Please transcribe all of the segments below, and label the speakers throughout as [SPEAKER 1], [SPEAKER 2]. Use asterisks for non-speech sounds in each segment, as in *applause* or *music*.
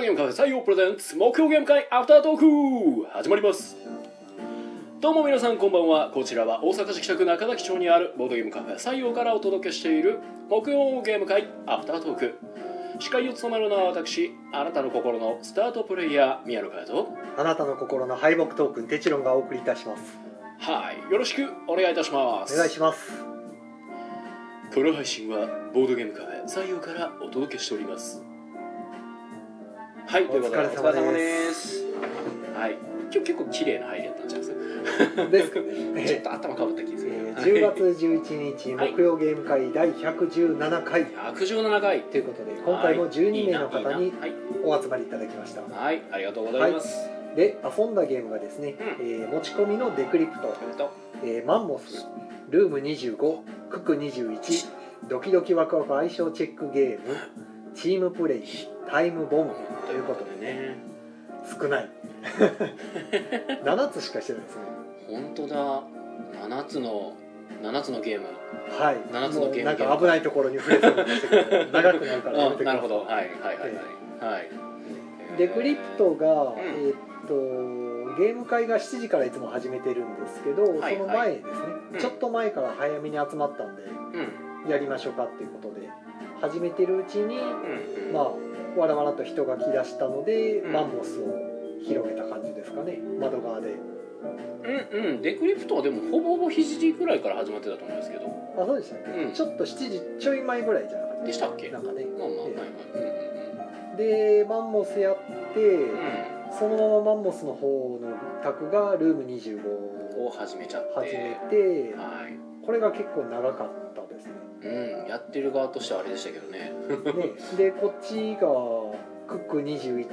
[SPEAKER 1] ゲームカフェ採用プレゼンツ木曜ゲーム会アフタートーク始まりますどうも皆さんこんばんはこちらは大阪市北区中崎町にあるボードゲームカフェ採用からお届けしている木曜ゲーム会アフタートーク司会を務めるのは私あなたの心のスタートプレイヤー宮野佳代と
[SPEAKER 2] あなたの心の敗北トークンテチロンがお送りいたします
[SPEAKER 1] はいよろしくお願いいたします
[SPEAKER 2] お願いします
[SPEAKER 1] この配信はボードゲームカフェ採用からお届けしておりますはいということで
[SPEAKER 2] お疲れ様です
[SPEAKER 1] すはい今日結構綺麗な入りだったんじゃないです
[SPEAKER 2] ですかね、
[SPEAKER 1] かちょっと頭かぶった気がす
[SPEAKER 2] え
[SPEAKER 1] る、
[SPEAKER 2] ー10月11日
[SPEAKER 1] はい
[SPEAKER 2] 木曜ゲーム会第117回
[SPEAKER 1] 117回
[SPEAKER 2] ということで今回も12名の方
[SPEAKER 1] はいいい
[SPEAKER 2] に
[SPEAKER 1] ないい
[SPEAKER 2] お集まりいただきました
[SPEAKER 1] なはい、はい、ありがとうございます、
[SPEAKER 2] で遊んだゲームがですね、
[SPEAKER 1] う
[SPEAKER 2] えー持ち込みのデクリプト、
[SPEAKER 1] おめでとう
[SPEAKER 2] えーマンモスルーム25クク21ドキドキワクワク相性チェックゲームチームプレイタイムボムということでね
[SPEAKER 1] ね *laughs*
[SPEAKER 2] 少ない7つしかしてないですね
[SPEAKER 1] 本当だ7つの7つのゲーム
[SPEAKER 2] はい、
[SPEAKER 1] 七つのゲーム
[SPEAKER 2] もうなんか危ないところに触れそうになってきたけど長くなるからやめ
[SPEAKER 1] あ
[SPEAKER 2] てくだ
[SPEAKER 1] な
[SPEAKER 2] さ
[SPEAKER 1] るほ
[SPEAKER 2] い
[SPEAKER 1] どはいはいはいはい、はい
[SPEAKER 2] でクリプトが、
[SPEAKER 1] ん
[SPEAKER 2] えーっとゲーム会が7時からいつも始めてるんですけど、
[SPEAKER 1] はい
[SPEAKER 2] その前ですね、
[SPEAKER 1] うん
[SPEAKER 2] ちょっと前から早めに集まったんで
[SPEAKER 1] うんうん
[SPEAKER 2] やりましょうかっていうことで始めてるうちに
[SPEAKER 1] うん
[SPEAKER 2] まあわらわらと人が来だしたので、
[SPEAKER 1] うん
[SPEAKER 2] マンモスを広げた感じですかね窓側で
[SPEAKER 1] うんうんデクリプトはでもほぼほぼ7時ぐらいから始まってたと思うんですけど
[SPEAKER 2] あそうでしたっけ、
[SPEAKER 1] うん
[SPEAKER 2] ちょっと7時ちょい前ぐらいじゃなかった
[SPEAKER 1] でしたっけ
[SPEAKER 2] な
[SPEAKER 1] まあ
[SPEAKER 2] んかね
[SPEAKER 1] まあはいはい
[SPEAKER 2] でマンモスやって、
[SPEAKER 1] うんうんうん
[SPEAKER 2] そのままマンモスの方の宅がルーム25
[SPEAKER 1] うん
[SPEAKER 2] を
[SPEAKER 1] を始めちゃって
[SPEAKER 2] 始めて
[SPEAKER 1] はい
[SPEAKER 2] これが結構長かったですね
[SPEAKER 1] うんやってる側としてはあれでしたけどね
[SPEAKER 2] ねでこっちがクック21
[SPEAKER 1] うん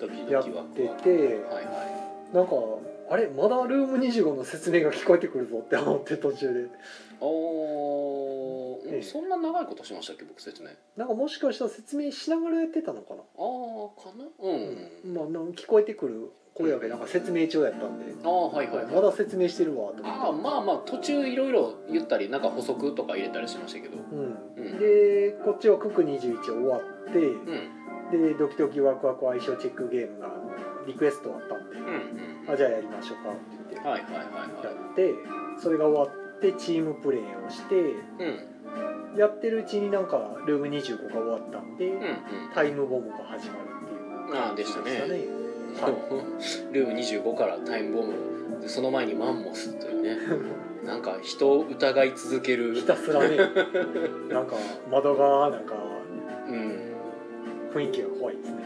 [SPEAKER 1] ドキ
[SPEAKER 2] や
[SPEAKER 1] ド
[SPEAKER 2] っ
[SPEAKER 1] キワク
[SPEAKER 2] て
[SPEAKER 1] ワク
[SPEAKER 2] て
[SPEAKER 1] はいは
[SPEAKER 2] なんかあれまだルーム25の説明が聞こえてくるぞって思って途中で
[SPEAKER 1] いおー
[SPEAKER 2] ええ
[SPEAKER 1] そんな長いことしましたっけ僕説明あ
[SPEAKER 2] なんかもしかしたら説明しながらやってたのかな、
[SPEAKER 1] あーかなうん
[SPEAKER 2] まあなんか聞こえてくる声だけなんか説明中やったんで
[SPEAKER 1] ああはいはい
[SPEAKER 2] まだ説明してるわと
[SPEAKER 1] ああ
[SPEAKER 2] 思って
[SPEAKER 1] まあまあ途中いろいろ言ったりなんか補足とか入れたりしましたけど
[SPEAKER 2] うん
[SPEAKER 1] うん
[SPEAKER 2] でこっちはクック21終わって、
[SPEAKER 1] うん
[SPEAKER 2] でドキドキワクワク相性チェックゲームがリクエストあったんで、
[SPEAKER 1] うんうん
[SPEAKER 2] あじゃあやりましょうかって言って
[SPEAKER 1] はいはいはい
[SPEAKER 2] や
[SPEAKER 1] は
[SPEAKER 2] ってそれが終わってチームプレーをして
[SPEAKER 1] いうん
[SPEAKER 2] やってるうちになんかルーム25が終わったんで、
[SPEAKER 1] うんうん
[SPEAKER 2] タイムボムが始まるっていう
[SPEAKER 1] ああ
[SPEAKER 2] 感
[SPEAKER 1] で
[SPEAKER 2] じ
[SPEAKER 1] したね
[SPEAKER 2] は
[SPEAKER 1] *laughs*
[SPEAKER 2] い
[SPEAKER 1] ルーム25からタイムボムでその前にマンモスというねなんか人を疑い続ける
[SPEAKER 2] ひたすらねなんか窓がなんか
[SPEAKER 1] うん
[SPEAKER 2] 雰囲気が怖いですね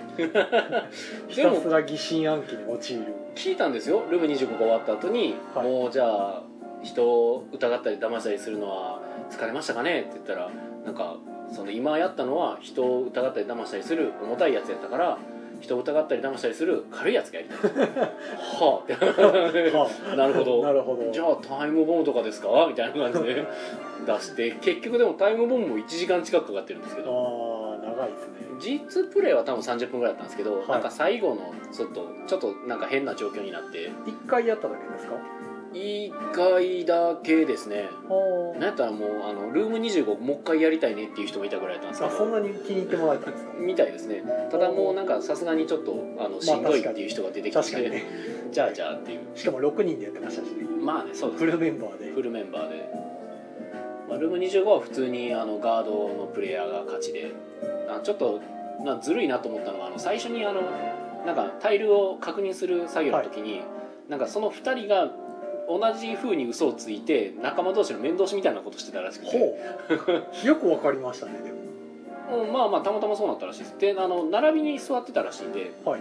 [SPEAKER 2] ひ
[SPEAKER 1] でも
[SPEAKER 2] たすら疑心暗鬼に陥る
[SPEAKER 1] 聞いたんですよルーム25が終わった後に、
[SPEAKER 2] はい
[SPEAKER 1] もうじゃあ人を疑ったり騙したりするのは疲れましたかねって言ったらなんかその今やったのは人を疑ったり騙したりする重たいやつやったから人を疑ったり騙したりする軽いやつがやりたい
[SPEAKER 2] *laughs*
[SPEAKER 1] はあ
[SPEAKER 2] は
[SPEAKER 1] ってなるほ
[SPEAKER 2] あな
[SPEAKER 1] ど
[SPEAKER 2] るほど
[SPEAKER 1] じゃあタイムボムとかですかみたいな感じで出して結局でもタイムボムも1時間近くかかってるんですけど
[SPEAKER 2] ああ長いですね
[SPEAKER 1] G2 プレイは多分30分ぐらいだったんですけど、
[SPEAKER 2] はい
[SPEAKER 1] なんか最後のちょっとちょっとなんか変な状況になって
[SPEAKER 2] 一回やっただけですか
[SPEAKER 1] 一回だけですね
[SPEAKER 2] あ
[SPEAKER 1] なんやったらもうあのルーム25もう一回やりたいねっていう人もいたぐらいだったん
[SPEAKER 2] あ
[SPEAKER 1] です
[SPEAKER 2] そ
[SPEAKER 1] け
[SPEAKER 2] ん
[SPEAKER 1] ど
[SPEAKER 2] なに気に入ってもらえたんですか
[SPEAKER 1] みたいですねただもうなんかさすがにちょっとあのしんどいっていう人が出てきて、
[SPEAKER 2] 確かにね
[SPEAKER 1] *laughs* じゃあじゃあっていう
[SPEAKER 2] しかも6人でやってましたしね
[SPEAKER 1] まあねそうです
[SPEAKER 2] フ
[SPEAKER 1] ね
[SPEAKER 2] ルメンバーで
[SPEAKER 1] フルメンバーで、まあ、ルーム25は普通にあのガードのプレイヤーが勝ちであちょっと、まあ、ずるいなと思ったのがあの最初にあのなんかタイルを確認する作業の時に、なんかその2人が同じ風に嘘をついて仲間同士の面倒しみたいなことしてたらしくて
[SPEAKER 2] ほうよくわかりましたねでも
[SPEAKER 1] うんまあまあたまたまそうなったらしいですであの並びに座ってたらしいんで、
[SPEAKER 2] はい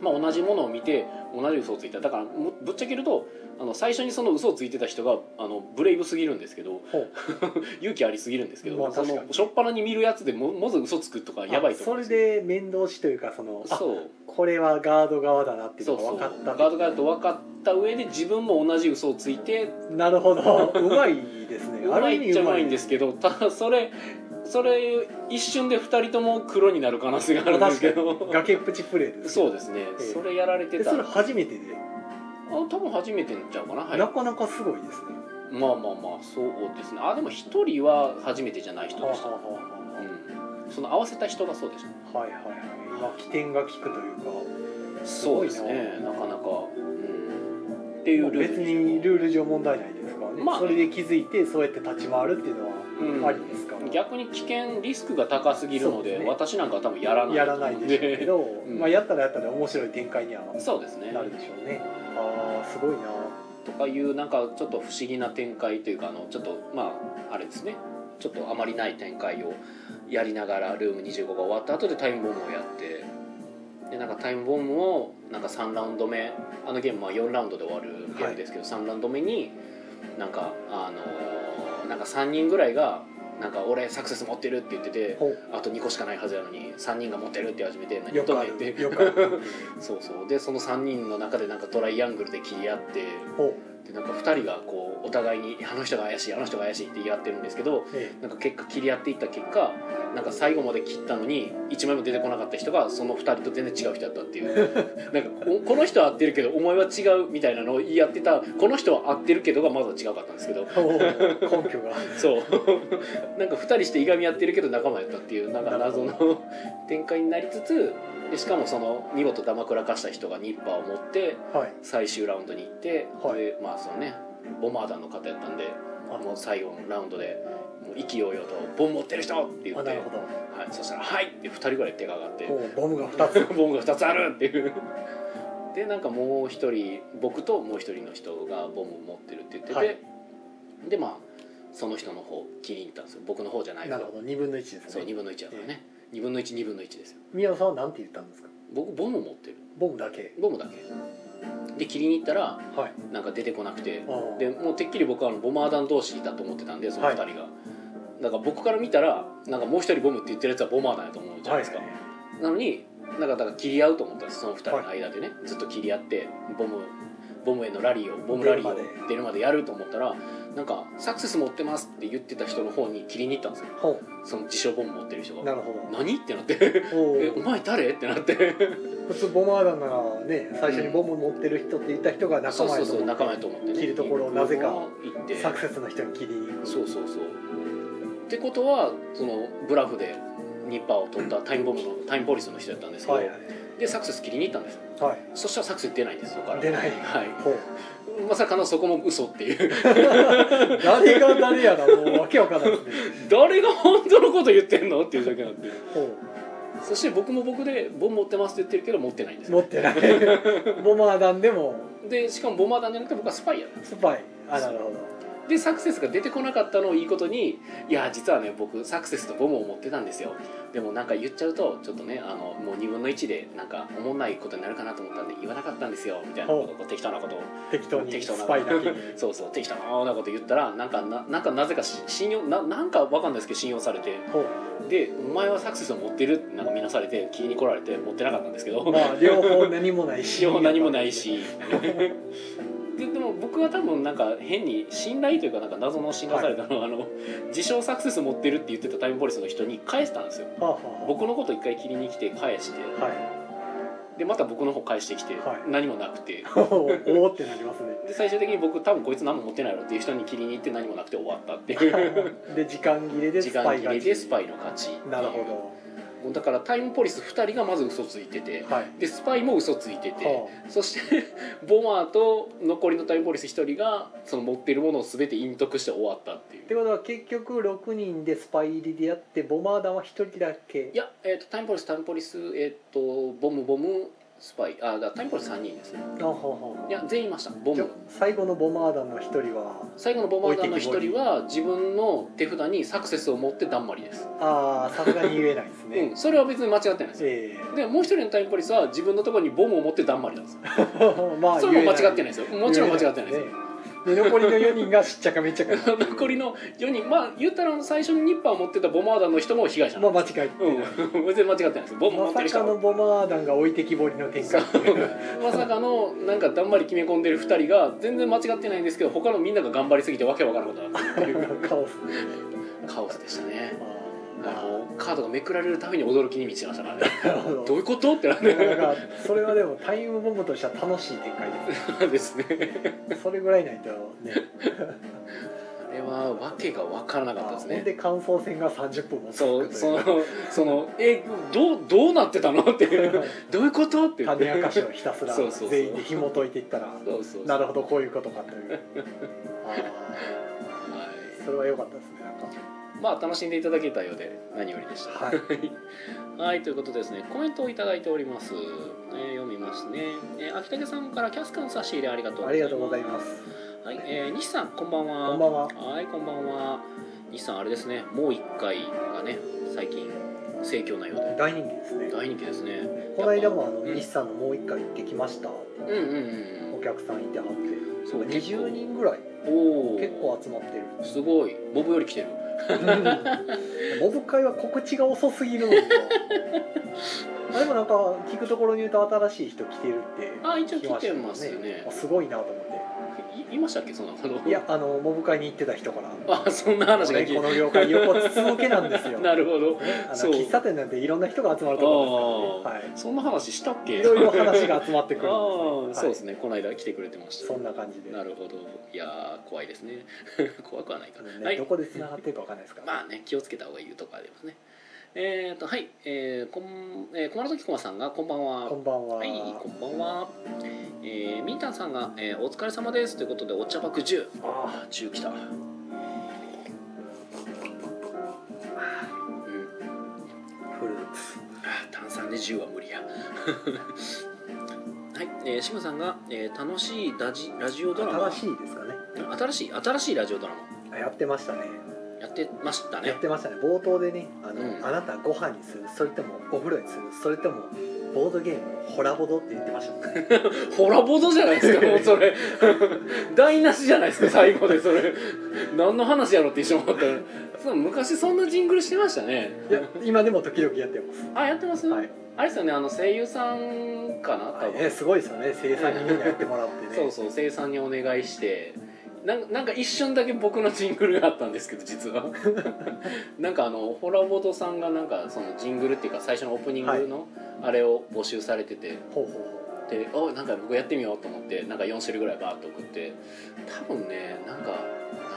[SPEAKER 1] まあ、同じものを見て同じ嘘をついただからむぶっちゃけるとあの最初にその嘘をついてた人があのブレイブすぎるんですけど
[SPEAKER 2] ほう
[SPEAKER 1] *laughs* 勇気ありすぎるんですけど、
[SPEAKER 2] まあ
[SPEAKER 1] そ
[SPEAKER 2] 確かに
[SPEAKER 1] の初っ端に見るやつでもまず嘘つくとかやばいと思
[SPEAKER 2] そうれで面倒しというかそのあ
[SPEAKER 1] そう
[SPEAKER 2] これはガード側だなっていう
[SPEAKER 1] そ
[SPEAKER 2] の
[SPEAKER 1] う
[SPEAKER 2] が
[SPEAKER 1] そ
[SPEAKER 2] 分
[SPEAKER 1] うガ
[SPEAKER 2] かった
[SPEAKER 1] ードガードと分かった上で自分も同じ嘘をついて
[SPEAKER 2] なるほどうまいですね
[SPEAKER 1] *laughs* う
[SPEAKER 2] あ
[SPEAKER 1] ま
[SPEAKER 2] る
[SPEAKER 1] いっ
[SPEAKER 2] 意
[SPEAKER 1] ち
[SPEAKER 2] 味
[SPEAKER 1] ゃ
[SPEAKER 2] う
[SPEAKER 1] うま
[SPEAKER 2] ま
[SPEAKER 1] いん
[SPEAKER 2] い
[SPEAKER 1] ですけどただそれそれ一瞬で2人とも黒になる可能性があるんですけ
[SPEAKER 2] 確か
[SPEAKER 1] ど
[SPEAKER 2] に崖っぷちプレーです
[SPEAKER 1] そうですね、
[SPEAKER 2] ええ
[SPEAKER 1] それやられて
[SPEAKER 2] で
[SPEAKER 1] た
[SPEAKER 2] それ
[SPEAKER 1] あ
[SPEAKER 2] 初めてで、
[SPEAKER 1] 多分初めてんちゃうかなはい
[SPEAKER 2] なかなかすごいですね
[SPEAKER 1] まあまあまあそうですねあでも一人は初めてじゃない人でした、
[SPEAKER 2] は
[SPEAKER 1] うん、その合わせた人がそうでした
[SPEAKER 2] あはあはあはいはいはいまあ、起点が利くというか
[SPEAKER 1] そうです
[SPEAKER 2] すごい
[SPEAKER 1] ねなかなか、うん、ってい
[SPEAKER 2] ま
[SPEAKER 1] う
[SPEAKER 2] あ
[SPEAKER 1] ルー
[SPEAKER 2] 別
[SPEAKER 1] ル
[SPEAKER 2] にルール上問題ないですからね、
[SPEAKER 1] まあ
[SPEAKER 2] それで気づいてそうやって立ち回るっていうのはありですから、
[SPEAKER 1] 逆に危険リスクが高すぎるので
[SPEAKER 2] そうですね
[SPEAKER 1] 私なんかは多分やらない
[SPEAKER 2] やらないでしょうけど、
[SPEAKER 1] ん
[SPEAKER 2] まあ、やったらやったら面白い展開には
[SPEAKER 1] *laughs* そうですね
[SPEAKER 2] なるでしょうねああすごいな
[SPEAKER 1] とかいうなんかちょっと不思議な展開というかあのちょっとまああれですねちょっとあまりない展開をやりながらルーム25が終わった後でタイムボムをやってでなんかタイムボムをなんか3ラウンド目あのゲームは4ラウンドで終わるゲームですけど、3ラウンド目になんかあのーなんか3人ぐらいが「なんか俺サクセス持ってる」って言ってて
[SPEAKER 2] ほう
[SPEAKER 1] あと2個しかないはずやのに3人が持ってるって言い始めて何
[SPEAKER 2] よくあ
[SPEAKER 1] 止め
[SPEAKER 2] る
[SPEAKER 1] て
[SPEAKER 2] よくある
[SPEAKER 1] そうそうでその3人の中でなんかトライアングルで切り合って。
[SPEAKER 2] ほう
[SPEAKER 1] でなんか2人がこうお互いに「あの人が怪しいあの人が怪しい」って言い合ってるんですけど
[SPEAKER 2] え
[SPEAKER 1] なんか結果切り合っていった結果なんか最後まで切ったのに1枚も出てこなかった人がその2人と全然違う人だったっていうなんかここの人は合ってるけどお前は違うみたいなのを言い合ってたこの人は合ってるけどがまだ違かったんですけど
[SPEAKER 2] えほう
[SPEAKER 1] *laughs*
[SPEAKER 2] 根拠が
[SPEAKER 1] そうなんか2人していがみ合ってるけど仲間やったっていうなんか謎の展開になりつつでしかもその見事ダマくらかした人がニッパーを持って
[SPEAKER 2] はい
[SPEAKER 1] 最終ラウンドに行って、
[SPEAKER 2] はい
[SPEAKER 1] でまあそのねボマー団の方やったんで
[SPEAKER 2] あ
[SPEAKER 1] もう最後のラウンドでもう意気揚々と「ボム持ってる人!」って言
[SPEAKER 2] あ
[SPEAKER 1] っ
[SPEAKER 2] な
[SPEAKER 1] て
[SPEAKER 2] る、ほど
[SPEAKER 1] はい、そしたら「はい!」って2人ぐらい手が上がって
[SPEAKER 2] ほうボムが2
[SPEAKER 1] 「
[SPEAKER 2] つ
[SPEAKER 1] ボムが2つある!」っていう。 *laughs* でなんかもう一人僕ともう一人の人がボムを持ってるって言ってて、
[SPEAKER 2] はい
[SPEAKER 1] でまあその人の方切りに行ったんですよ僕の方じゃない
[SPEAKER 2] な
[SPEAKER 1] か
[SPEAKER 2] る
[SPEAKER 1] ら
[SPEAKER 2] ほど2分の1です
[SPEAKER 1] そう
[SPEAKER 2] ね
[SPEAKER 1] 2分の1だからね2分の12分の1ですよ
[SPEAKER 2] 宮野さんは何て言ったんですか
[SPEAKER 1] 僕ボム持ってる
[SPEAKER 2] ボムだけ
[SPEAKER 1] ボムだけで切りに行ったら
[SPEAKER 2] はい
[SPEAKER 1] なんか出てこなくて
[SPEAKER 2] あー
[SPEAKER 1] でもうてっきり僕はあのボマー団同士だと思ってたんでその2人が、
[SPEAKER 2] は
[SPEAKER 1] だから僕から見たらなんかもう一人ボムって言ってるやつはボマー団やと思うじゃないですか、
[SPEAKER 2] はい
[SPEAKER 1] なのになんかだから切り合うと思ったんですその2人の間でね、ずっと切り合ってボムボムへのラリーをボムラリーを
[SPEAKER 2] 出るまで
[SPEAKER 1] 出るまでやると思ったらなんか「サクセス持ってます」って言ってた人の方に切りに行ったんですよ
[SPEAKER 2] ほ
[SPEAKER 1] その自称ボム持ってる人
[SPEAKER 2] う
[SPEAKER 1] が
[SPEAKER 2] なるほ
[SPEAKER 1] 「何?」ってなって
[SPEAKER 2] どほ
[SPEAKER 1] 「 *laughs* えお
[SPEAKER 2] う
[SPEAKER 1] 前誰?」ってなって
[SPEAKER 2] 普通ボマー団ならね最初にボム持ってる人って言った人が仲
[SPEAKER 1] そう
[SPEAKER 2] 間
[SPEAKER 1] そ
[SPEAKER 2] や
[SPEAKER 1] う
[SPEAKER 2] と
[SPEAKER 1] そう
[SPEAKER 2] 思
[SPEAKER 1] 仲間や
[SPEAKER 2] っ
[SPEAKER 1] と思ってね
[SPEAKER 2] 切るところをなぜか
[SPEAKER 1] 行って
[SPEAKER 2] てサクセスの人に切りに行く
[SPEAKER 1] そうそうそうってことはそのブラフでニッパーを取っ
[SPEAKER 2] *laughs*
[SPEAKER 1] たタイムボムのタイムポリスの人だったんですけど、
[SPEAKER 2] はいはい
[SPEAKER 1] でサクセス切りに行ったんですよ
[SPEAKER 2] はい
[SPEAKER 1] そしたらサクセス出ないんですよそこから
[SPEAKER 2] 出ない
[SPEAKER 1] はい
[SPEAKER 2] ほう
[SPEAKER 1] まさかのそこも嘘っていう
[SPEAKER 2] *laughs* 誰が誰やらもうわけわかんないですね
[SPEAKER 1] 誰が本当のこと言ってんのっていうだけなんで
[SPEAKER 2] ほ
[SPEAKER 1] そして僕も僕でボム持ってますって言ってるけど持ってないんです
[SPEAKER 2] う持
[SPEAKER 1] よ
[SPEAKER 2] ってないボマー団でも
[SPEAKER 1] でしかもボマー団じゃなくて僕はスパイやったんです
[SPEAKER 2] スパイあなるほ
[SPEAKER 1] でサクセスが出てこなかったのをいいことにいや実はね僕サクセスとボムを持ってたんですよでもなんか言っちゃうとちょっとねあのもう2分の1でなんか思んないことになるかなと思ったんで言わなかったんですよみたいなことをこう適当なことを
[SPEAKER 2] ど適当に
[SPEAKER 1] 適当な
[SPEAKER 2] スパイだけに
[SPEAKER 1] そうそう適当なこと言ったらなんかななんかなぜかし信用ななんかわかんないですけど信用されて
[SPEAKER 2] ほ
[SPEAKER 1] で「お前はサクセスを持ってる?」ってなんか見なされて気に来られて持ってなかったんですけど
[SPEAKER 2] うまあ両方何もないし
[SPEAKER 1] 一応何もないしででも僕は多分なんか変に信頼というかなんか謎の信頼されたのは、あの自称サクセス持ってるって言ってたタイムポリスの人に返したんですよ
[SPEAKER 2] はあは
[SPEAKER 1] 僕のこと一回切りに来て返して
[SPEAKER 2] あはい
[SPEAKER 1] でまた僕の方返してきて、
[SPEAKER 2] はい
[SPEAKER 1] 何もなくて
[SPEAKER 2] ほうおーってなりますね
[SPEAKER 1] で最終的に僕多分こいつ何も持ってないやろっていう人に切りに行って何もなくて終わったっていう
[SPEAKER 2] で時間切れで
[SPEAKER 1] 時
[SPEAKER 2] スパ
[SPEAKER 1] 間
[SPEAKER 2] イ
[SPEAKER 1] 切 *laughs*
[SPEAKER 2] が
[SPEAKER 1] れでスパイの勝ちっていう
[SPEAKER 2] なるほ
[SPEAKER 1] もうだからタイムポリス2人がまず嘘ついてて
[SPEAKER 2] どはい
[SPEAKER 1] でスパイも嘘ついてて、
[SPEAKER 2] は
[SPEAKER 1] そして *laughs* ボマーと残りのタイムポリス1人がその持っているものを全て隠匿して終わったっていう
[SPEAKER 2] ってことは結局6人でスパイ入りでやってボマー団は1人だけ
[SPEAKER 1] いや、えー、とタイムポリスタイムポリス、えー、とボムボムスパイあだからタイムポリス3人ですね
[SPEAKER 2] あははい
[SPEAKER 1] や全員いましたボ
[SPEAKER 2] じゃあ
[SPEAKER 1] ム
[SPEAKER 2] 最後のボマー団の1人は
[SPEAKER 1] 最後のボマー団の1人は自分の手札にサクセスを持ってだんまりです、
[SPEAKER 2] ああさすがに言えないですね、
[SPEAKER 1] うん、それは別に間違ってないです
[SPEAKER 2] え
[SPEAKER 1] でもう1人のタイムポリスは自分のところにボムを持ってだんまりなんです
[SPEAKER 2] え *laughs* まあ
[SPEAKER 1] それも間違って
[SPEAKER 2] い
[SPEAKER 1] ないですよもちろん間違ってないですよ
[SPEAKER 2] ねで残りの4人がしっちゃかめっちゃか
[SPEAKER 1] *laughs* 残りの4人まあ言ったら最初にニッパーを持ってたボマー団の人も被害者
[SPEAKER 2] ま
[SPEAKER 1] なん
[SPEAKER 2] あ間
[SPEAKER 1] で
[SPEAKER 2] 違
[SPEAKER 1] す、
[SPEAKER 2] えてな
[SPEAKER 1] う
[SPEAKER 2] い、
[SPEAKER 1] ん、 *laughs* 全然間違ってないですボム持って
[SPEAKER 2] ま
[SPEAKER 1] る
[SPEAKER 2] さ
[SPEAKER 1] 人
[SPEAKER 2] かの
[SPEAKER 1] は
[SPEAKER 2] ボマー団が置いてきぼりの展開 *laughs*
[SPEAKER 1] まさかのなんかだんまり決め込んでる2人が全然間違ってないんですけど他のみんなが頑張りすぎてわけわからんことになってるって *laughs* いう
[SPEAKER 2] カオス
[SPEAKER 1] カオスでしたねあ
[SPEAKER 2] あ
[SPEAKER 1] のカードがめくられるたびに驚きに満ちましたからね
[SPEAKER 2] ーなるほど
[SPEAKER 1] どういうことってなっ *laughs*
[SPEAKER 2] なかなかそれはでもタイムボムとしては楽しい展開
[SPEAKER 1] て
[SPEAKER 2] で
[SPEAKER 1] ですね
[SPEAKER 2] すそれぐらいないとね
[SPEAKER 1] あれは訳が分からなかったです
[SPEAKER 2] ほん
[SPEAKER 1] ね
[SPEAKER 2] で感想戦が30分も
[SPEAKER 1] そ
[SPEAKER 2] 続
[SPEAKER 1] う
[SPEAKER 2] くとい
[SPEAKER 1] そのそのえどうどうなってたのって *laughs* いうどういうことっていう
[SPEAKER 2] *laughs* 種明かしをひたすら
[SPEAKER 1] そうそうそう
[SPEAKER 2] 全員で紐解いていったら
[SPEAKER 1] そうそうそう
[SPEAKER 2] な
[SPEAKER 1] は
[SPEAKER 2] るほどこういうことかと
[SPEAKER 1] *laughs*
[SPEAKER 2] いうあーそれは良かったですねなんか
[SPEAKER 1] いまあ楽しんでいただけたようで何よりでした
[SPEAKER 2] はい
[SPEAKER 1] はい、ということでですね、コメントをいただいております。えー読みますね。えー秋武さんからキャスカの差し入れありがとうご
[SPEAKER 2] あ
[SPEAKER 1] ざい
[SPEAKER 2] り
[SPEAKER 1] ます。
[SPEAKER 2] がとうございます
[SPEAKER 1] はい、えー西さん、こんばんは。
[SPEAKER 2] こんばんは
[SPEAKER 1] はい、こんばんは。西さん、あれですね、もう一回がね、最近盛況なようで
[SPEAKER 2] 大人気ですね
[SPEAKER 1] 大人気ですね。
[SPEAKER 2] この間もあの
[SPEAKER 1] うん
[SPEAKER 2] 西さんのもう一回行ってきました
[SPEAKER 1] うんうん
[SPEAKER 2] お客さんいてはって
[SPEAKER 1] うん。そう、
[SPEAKER 2] 20人ぐらい
[SPEAKER 1] 結構。おお。
[SPEAKER 2] 結。構集
[SPEAKER 1] *laughs*
[SPEAKER 2] まってる
[SPEAKER 1] すごい、ボブより来てる。
[SPEAKER 2] ボブ会は告知が遅すぎるの
[SPEAKER 1] *laughs*
[SPEAKER 2] よあでもなんか聞くところに言うと新しい人来てるって
[SPEAKER 1] あ、一応来てますよね
[SPEAKER 2] あ。すごいなと思って
[SPEAKER 1] いいましたっけ、そんなこと。
[SPEAKER 2] いや。あのモブ会に行ってた人から
[SPEAKER 1] *laughs* あ、そんな話が
[SPEAKER 2] 俺
[SPEAKER 1] 聞
[SPEAKER 2] こ
[SPEAKER 1] い
[SPEAKER 2] の業界横筒抜けなんです
[SPEAKER 1] て。
[SPEAKER 2] よ
[SPEAKER 1] *laughs* なるほど。
[SPEAKER 2] あの
[SPEAKER 1] そう
[SPEAKER 2] 喫茶店なんていろんな人が集まるところですからね、は
[SPEAKER 1] そんな話したっ
[SPEAKER 2] い、
[SPEAKER 1] け。
[SPEAKER 2] いろいろ話が集まってくるん
[SPEAKER 1] ああ、
[SPEAKER 2] です、ね
[SPEAKER 1] そう
[SPEAKER 2] はい
[SPEAKER 1] ですねこの間来てくれてました
[SPEAKER 2] そんな感じで
[SPEAKER 1] なるほどいやー怖いですね *laughs* 怖くはないか、
[SPEAKER 2] ね
[SPEAKER 1] はい
[SPEAKER 2] どこでつながってるかわかんないですから、
[SPEAKER 1] まあね気をつけた方がいいとこありますねえっ、とはいえー、こん、えー、小丸時駒さんがこんばんは
[SPEAKER 2] こんばんは、
[SPEAKER 1] はいこんばんはえー、みーたんさんが、えー「お疲れ様です」ということでお茶爆10
[SPEAKER 2] あ
[SPEAKER 1] あ10来たうん
[SPEAKER 2] あフルーツ
[SPEAKER 1] あー炭酸で10は無理や *laughs* はい、えー、シムさんが、えー「楽しいラジラジオドラマ」
[SPEAKER 2] 新しいですかね
[SPEAKER 1] 新しい新しいラジオドラ
[SPEAKER 2] あやってましたね
[SPEAKER 1] マやってましたね
[SPEAKER 2] やってましたね冒頭でねあの、
[SPEAKER 1] うん
[SPEAKER 2] あなたご飯にするそれともお風呂にするそれともボードゲームホラボドって言ってまし
[SPEAKER 1] *laughs*
[SPEAKER 2] たね
[SPEAKER 1] ホラボドじゃないですかもう
[SPEAKER 2] *laughs*
[SPEAKER 1] それ台無しじゃないですか最後でそれ何の話やろって一緒に思ったらそう昔そんなジングルしてましたね
[SPEAKER 2] いや今でも時々やってま
[SPEAKER 1] あやってます、
[SPEAKER 2] す、はい
[SPEAKER 1] あれですよねあの声優さんかな多分、
[SPEAKER 2] ね、すごいですよね生産にみんなやってもらってね
[SPEAKER 1] *laughs* そうそう声優さんにお願いしてなんなんか一瞬だけ僕のジングルがあったんですけど実はなんかあのホラボドさんがなんかそのジングルっていうか最初のオープニングのあれを募集されてて、
[SPEAKER 2] ほうほうほ
[SPEAKER 1] でおなんか僕やってみようと思ってなんか4種類ぐらいバーッと送って多分ねなんか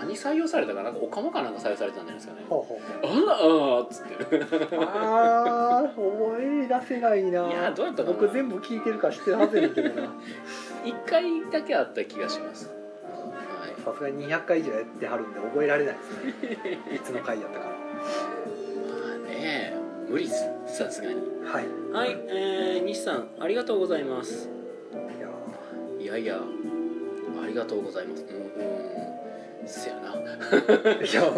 [SPEAKER 1] 何採用されたかなんかオカマかなんか採用されてたんじゃないですかね
[SPEAKER 2] うほ
[SPEAKER 1] あ
[SPEAKER 2] うほう
[SPEAKER 1] らあーっつってる
[SPEAKER 2] ほうあー思い出せないない
[SPEAKER 1] やどうやったかな
[SPEAKER 2] 僕全部聞いてるから知ってるはずやねんけど
[SPEAKER 1] *laughs*
[SPEAKER 2] な
[SPEAKER 1] 1回だけあった気がします、はい、
[SPEAKER 2] さすがに200回以上やってはるんで覚えられない
[SPEAKER 1] *laughs*
[SPEAKER 2] ですねいつの回やったか
[SPEAKER 1] まあね無理ですさすがに
[SPEAKER 2] はい
[SPEAKER 1] はいえー、西さんありがとうございます
[SPEAKER 2] いや
[SPEAKER 1] いやいやありがとうございますうんうんせやな
[SPEAKER 2] ーいや、う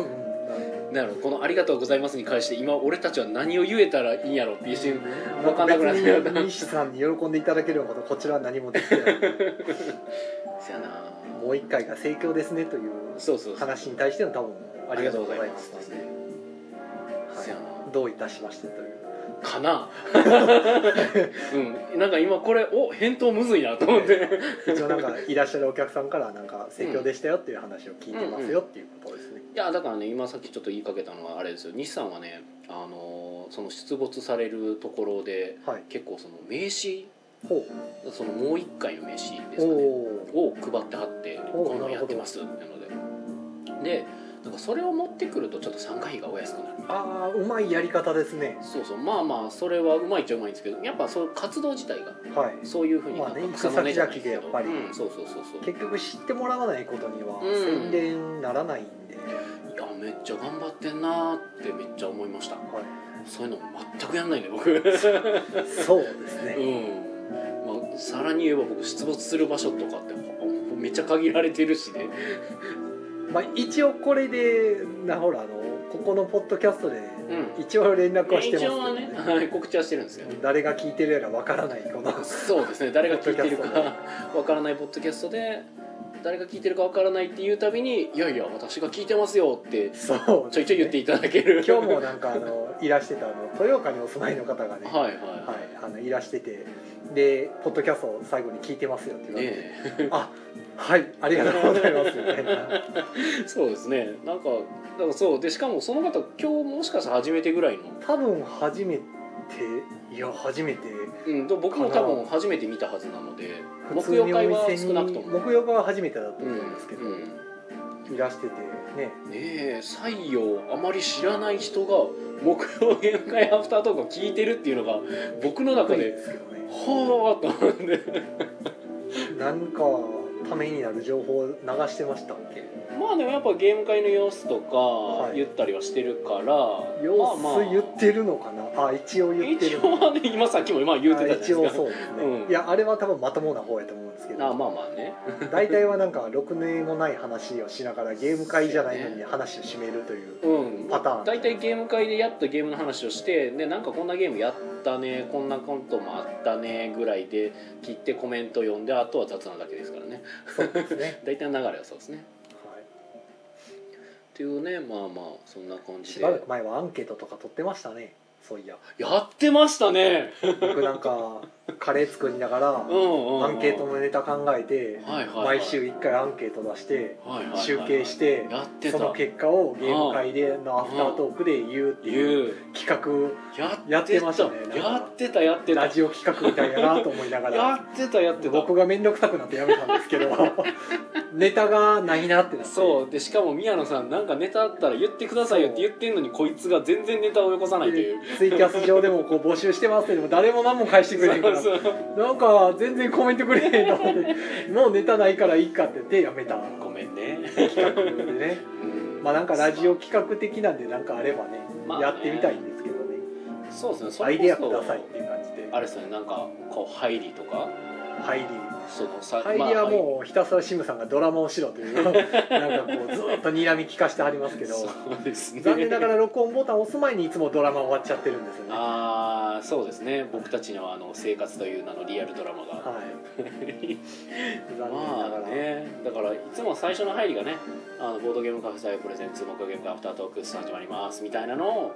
[SPEAKER 2] ん
[SPEAKER 1] なるほどこの「ありがとうございます」に関して今俺たちは何を言えたらいいんやろって一瞬
[SPEAKER 2] な
[SPEAKER 1] わかんなくなっちゃう
[SPEAKER 2] 別に西さんに喜んでいただけるようなことこちらは何もできてない
[SPEAKER 1] せやな *laughs*
[SPEAKER 2] もう一回が盛況ですねという
[SPEAKER 1] そうそうそう
[SPEAKER 2] 話に対しての多分ありがとうございます
[SPEAKER 1] ありがとうございますせやな
[SPEAKER 2] はいどういたしましてという
[SPEAKER 1] かな *laughs* うんなんか今これお返答むずいなと思って
[SPEAKER 2] 一応なんかいらっしゃるお客さんからなんか盛況でしたよっていう話を聞いてますよっていうことですね、
[SPEAKER 1] いやだからね今さっきちょっと言いかけたのはあれですよ西さんはねあのーその出没されるところで
[SPEAKER 2] はい
[SPEAKER 1] 結構その名刺
[SPEAKER 2] ほ
[SPEAKER 1] そのもう一回の名刺です
[SPEAKER 2] う
[SPEAKER 1] かね
[SPEAKER 2] お
[SPEAKER 1] を配ってはって
[SPEAKER 2] お
[SPEAKER 1] こんなんやってますっていうのででなんかそれを持ってくるとちょっと参加費がお安くなる
[SPEAKER 2] ーああうまいやり方ですね
[SPEAKER 1] そうそうまあまあそれはうまいっちゃうまいんですけどやっぱそういう活動自体が
[SPEAKER 2] はい
[SPEAKER 1] そういうふうに
[SPEAKER 2] まあね
[SPEAKER 1] なんか草の根じゃないすけど
[SPEAKER 2] 行く先々でやっぱり
[SPEAKER 1] うん、そうそうそうそう
[SPEAKER 2] 結局知ってもらわないことには
[SPEAKER 1] うん
[SPEAKER 2] 宣伝ならないんで、
[SPEAKER 1] いやめっちゃ頑張ってんなーってめっちゃ思いました *laughs*
[SPEAKER 2] は
[SPEAKER 1] そういうの全くやんないね
[SPEAKER 2] *laughs*
[SPEAKER 1] 僕うん
[SPEAKER 2] い、そうですね、
[SPEAKER 1] まあさらに言えば僕出没する場所とかってめっちゃ限られてるしね
[SPEAKER 2] まあ、一応これでなほらあのここのポッドキャストで
[SPEAKER 1] うん
[SPEAKER 2] 一応連絡はしてます
[SPEAKER 1] 一
[SPEAKER 2] け
[SPEAKER 1] 応
[SPEAKER 2] ど
[SPEAKER 1] は
[SPEAKER 2] ね
[SPEAKER 1] ね、はい、告知はしてるんですよね
[SPEAKER 2] 誰が聞いてるやらわからないこ
[SPEAKER 1] *laughs*
[SPEAKER 2] の
[SPEAKER 1] そうですね誰が聞いてる
[SPEAKER 2] ポ
[SPEAKER 1] か
[SPEAKER 2] ッドキ
[SPEAKER 1] わからないポッドキャストで誰が聞いてるかわからないっていうたびに「いやいや私が聞いてますよ」って
[SPEAKER 2] そう
[SPEAKER 1] ちょいちょい言って
[SPEAKER 2] い
[SPEAKER 1] いただける
[SPEAKER 2] 今日もなんかあのいらしてたあの豊岡にお住まいの方がね、
[SPEAKER 1] はいはいは
[SPEAKER 2] は、
[SPEAKER 1] い
[SPEAKER 2] あのいらしててで「ポッドキャストを最後に聞いてますよ」って
[SPEAKER 1] い
[SPEAKER 2] 言われて
[SPEAKER 1] ね
[SPEAKER 2] 「あはいありがとうございます」みたい
[SPEAKER 1] *laughs*
[SPEAKER 2] な
[SPEAKER 1] えそうですねなんかだからそうでしかもその方今日もしかしたら初めてぐらいの
[SPEAKER 2] 多分初めていや初めて
[SPEAKER 1] うん、と僕も多分初めて見たはずなので
[SPEAKER 2] 普
[SPEAKER 1] 木
[SPEAKER 2] 通
[SPEAKER 1] 曜
[SPEAKER 2] に
[SPEAKER 1] 会
[SPEAKER 2] お
[SPEAKER 1] は少
[SPEAKER 2] 店に
[SPEAKER 1] なくとも
[SPEAKER 2] 木曜日は初めてだと
[SPEAKER 1] うん
[SPEAKER 2] 思うんですけど、
[SPEAKER 1] うん
[SPEAKER 2] 気がしててね
[SPEAKER 1] ねえ採用あまり知らない人が木曜限界アフタートークを聞いてるっていうのが僕の中
[SPEAKER 2] いい
[SPEAKER 1] で
[SPEAKER 2] ですけどね
[SPEAKER 1] はあと思って
[SPEAKER 2] なんかためになる情報を流してましたっけ
[SPEAKER 1] まあでもやっぱゲーム会の様子とか
[SPEAKER 2] い
[SPEAKER 1] 言ったりはしてるから、
[SPEAKER 2] 様
[SPEAKER 1] まあまあ
[SPEAKER 2] 子言ってるのかなあ一応言って
[SPEAKER 1] 一
[SPEAKER 2] る
[SPEAKER 1] 応はね今さっきも今言うてたじゃないです
[SPEAKER 2] あ一応
[SPEAKER 1] か
[SPEAKER 2] そうですね、
[SPEAKER 1] うん
[SPEAKER 2] いやあれは多分まともな方やと思うんですけ
[SPEAKER 1] あ
[SPEAKER 2] ど
[SPEAKER 1] まあまあね
[SPEAKER 2] 大体はなんかろくねもない話をしながらゲーム会じゃないのに話を締めるという
[SPEAKER 1] うん
[SPEAKER 2] パターン
[SPEAKER 1] 大体ゲーム会でやっとゲームの話をしてでなんかこんなゲームやったねこんなコントもあったねぐらいで切ってコメント読んであとは雑なだけですからね
[SPEAKER 2] そうですね、
[SPEAKER 1] 大体の流れはそうですね
[SPEAKER 2] は
[SPEAKER 1] っていうねまあまあそんな感
[SPEAKER 2] い、
[SPEAKER 1] じ
[SPEAKER 2] し
[SPEAKER 1] で
[SPEAKER 2] ばらく前はアンケートとか取ってましたねそういや
[SPEAKER 1] やってましたね
[SPEAKER 2] 僕なんかカレー作りながら
[SPEAKER 1] うんうん、うん、
[SPEAKER 2] アンケートのネタ考えて
[SPEAKER 1] はいはいはい
[SPEAKER 2] 毎週1回アンケート出して
[SPEAKER 1] はいはいはい
[SPEAKER 2] 集計して
[SPEAKER 1] やってた
[SPEAKER 2] その結果をゲーム会でのアフタートークで言うっていう
[SPEAKER 1] いう
[SPEAKER 2] 企画
[SPEAKER 1] や
[SPEAKER 2] や
[SPEAKER 1] っ
[SPEAKER 2] ってて
[SPEAKER 1] ま
[SPEAKER 2] ま
[SPEAKER 1] し
[SPEAKER 2] したたねなんか
[SPEAKER 1] やってたやってた
[SPEAKER 2] ラジオ企画みたいやなと思いなが
[SPEAKER 1] や
[SPEAKER 2] ら
[SPEAKER 1] ってたやってた
[SPEAKER 2] 僕が面倒くさくなってやめたんですけ
[SPEAKER 1] *laughs*
[SPEAKER 2] ど *laughs* ネタがないなってなって
[SPEAKER 1] そうでしかも宮野さんなんかネタあったら言ってくださいよって言ってんのにこいつが全然ネタをよこさないという
[SPEAKER 2] でツイキャス上でもこう募集してますけども誰も何も返してくれへんから
[SPEAKER 1] そうそう
[SPEAKER 2] なんか全然コメントくれへんと
[SPEAKER 1] *laughs*
[SPEAKER 2] 思ってもうネタないからいいかって言ってやめた
[SPEAKER 1] ごめんね、
[SPEAKER 2] 企画で
[SPEAKER 1] *laughs*
[SPEAKER 2] ねまあなんかラジオ企画的なんでなんかあればね,、
[SPEAKER 1] まあね
[SPEAKER 2] やってみたいんですけどね
[SPEAKER 1] そうですねそ
[SPEAKER 2] ア
[SPEAKER 1] れ
[SPEAKER 2] イ
[SPEAKER 1] こそ
[SPEAKER 2] ディアくださいっていう感じで
[SPEAKER 1] あれですよねなんかこう入りとか
[SPEAKER 2] 入り
[SPEAKER 1] そのさ
[SPEAKER 2] 入りはもうひたすらシムさんがドラマをしろというなんかこうずっと睨み聞かしてはりますけ
[SPEAKER 1] *laughs*
[SPEAKER 2] ど
[SPEAKER 1] そうですね
[SPEAKER 2] 残念ながら録音ボタン押す前にいつもドラマ終わっちゃってるんですよねは
[SPEAKER 1] ああそうですね僕たちのあの生活という名のリアルドラマが *laughs*
[SPEAKER 2] い残念なが
[SPEAKER 1] まあ
[SPEAKER 2] ら、
[SPEAKER 1] ねだからいつも最初の入りがねあのボードゲームカフェサイプレゼンツ木曜ゲームアフタートークス始まりますみたいなのを、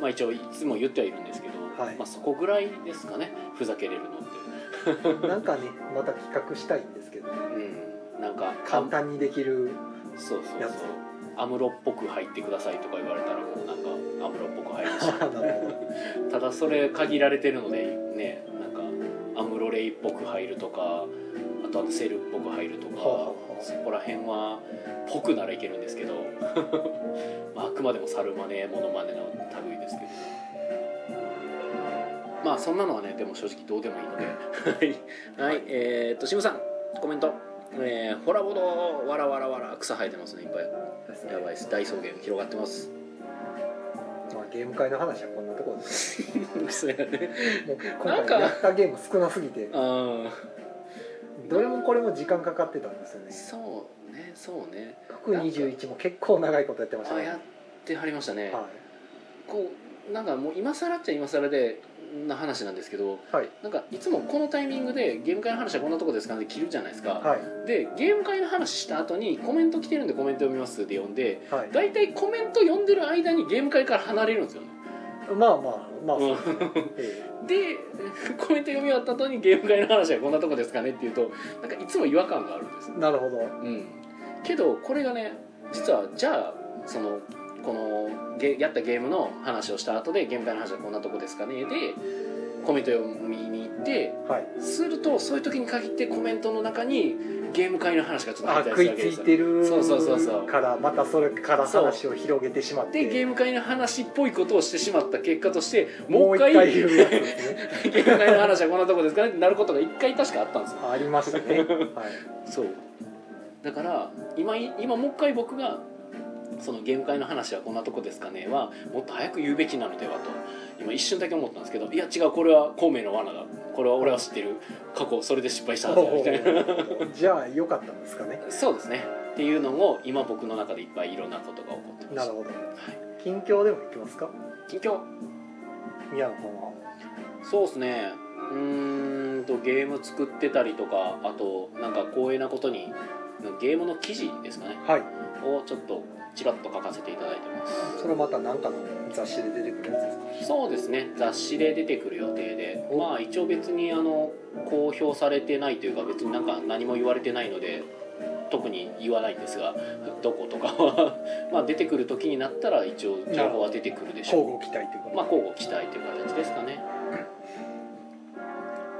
[SPEAKER 1] まあ、一応いつも言ってはいるんですけど、
[SPEAKER 2] はい
[SPEAKER 1] まあ、そこぐらいですかねふざけれるのって
[SPEAKER 2] なんかねまた企画したいんですけどね
[SPEAKER 1] うんなんか
[SPEAKER 2] 簡単にできる
[SPEAKER 1] そうそうそ
[SPEAKER 2] や
[SPEAKER 1] う
[SPEAKER 2] つ
[SPEAKER 1] アムロっぽく入ってくださいとか言われたらもうなんかアムロっぽく入るしただそれ限られてるのでねなんかアムロレイっぽく入るとかあとはセルっぽく入るとか、
[SPEAKER 2] はあはあ
[SPEAKER 1] そこら辺はぽくならいけるんですけど、 *laughs* まあ、あくまでも猿マネモノマネの類ですけどまあそんなのはねでも正直どうでもいいのではい、はい、えーっとシムさんコメントえー、ホラボドわらわらわら草生えてますねいっぱいやばいです大草原広がってます *laughs*
[SPEAKER 2] まあ、ゲーム会の話はこんなところです
[SPEAKER 1] それがね
[SPEAKER 2] もう
[SPEAKER 1] な
[SPEAKER 2] 今
[SPEAKER 1] んか
[SPEAKER 2] 回やったゲーム少なすぎて
[SPEAKER 1] あ
[SPEAKER 2] どれもこれも時間かかってたんですよ
[SPEAKER 1] あ
[SPEAKER 2] ね
[SPEAKER 1] そうねそうね
[SPEAKER 2] 福21も結構長いことやってました
[SPEAKER 1] あ
[SPEAKER 2] ね
[SPEAKER 1] やってはりましたね、
[SPEAKER 2] は
[SPEAKER 1] こうなんかもう今更っちゃ今更でな話なんですけど
[SPEAKER 2] いはい
[SPEAKER 1] なんかいつもこのタイミングでゲーム会の話はこんなとこですかねって切るじゃないですか、
[SPEAKER 2] はい
[SPEAKER 1] でゲーム会の話した後にコメント来てるんでコメント読みますで読んで
[SPEAKER 2] はい
[SPEAKER 1] 大体コメント読んでる間にゲーム会から離れるんですよね
[SPEAKER 2] まあまあまあそうですね、え
[SPEAKER 1] で *laughs* コメント読み終わった後にゲーム会の話はこんなとこですかねっていうとなんかいつも違和感があるんです
[SPEAKER 2] えなるほど
[SPEAKER 1] うん、けどこれがね実はじゃあそのこのゲやったゲームの話をした後で現場の話はこんなとこですかねでコメント読みに行って
[SPEAKER 2] はい
[SPEAKER 1] するとそういう時に限ってコメントの中にゲーム会の話がちょっと入
[SPEAKER 2] あ
[SPEAKER 1] ったり
[SPEAKER 2] 食
[SPEAKER 1] す
[SPEAKER 2] い
[SPEAKER 1] るわ
[SPEAKER 2] つ
[SPEAKER 1] けで
[SPEAKER 2] い
[SPEAKER 1] すよ
[SPEAKER 2] てる
[SPEAKER 1] そうそうそうそう
[SPEAKER 2] からまたそれから話を広げてしまって
[SPEAKER 1] でゲーム会の話っぽいことをしてしまった結果として
[SPEAKER 2] も
[SPEAKER 1] も
[SPEAKER 2] う
[SPEAKER 1] う *laughs* 一
[SPEAKER 2] 一回
[SPEAKER 1] 回
[SPEAKER 2] 言うやつですね
[SPEAKER 1] ゲーム会の話はこんなとこですかねってなることが一回確かあったんですよ
[SPEAKER 2] ありましたね、はい、
[SPEAKER 1] そうだから今い今もう一回僕がそのゲーム会の話はこんなとこですかねはもっと早く言うべきなのではと今一瞬だけ思ったんですけどいや違うこれは孔明の罠だこれは俺は知ってる過去それで失敗したんだみたいな
[SPEAKER 2] じゃあ良かったんですかね
[SPEAKER 1] そうですねっていうのを今僕の中でいっぱいいろんなことが起こってま
[SPEAKER 2] な
[SPEAKER 1] し
[SPEAKER 2] る
[SPEAKER 1] た
[SPEAKER 2] ほど近況でもいきますか
[SPEAKER 1] 近況
[SPEAKER 2] 宮野さんは
[SPEAKER 1] そうですねうーんとゲーム作ってたりとかあとなんか光栄なことにゲームの記事ですかね
[SPEAKER 2] はい
[SPEAKER 1] をちょっとちらっと書かせていただいてます
[SPEAKER 2] それまた何かの雑誌で出てくるやつですか
[SPEAKER 1] そうですね雑誌で出てくる予定で
[SPEAKER 2] お
[SPEAKER 1] まあ一応別にあの公表されてないというか別になんか何も言われてないので特に言わないんですがどことかは *laughs* まあ出てくる時になったら一応情報は出てくるでし
[SPEAKER 2] 交
[SPEAKER 1] ょ
[SPEAKER 2] 互期待というこ
[SPEAKER 1] う
[SPEAKER 2] と、
[SPEAKER 1] まあ交互期待という形ですかね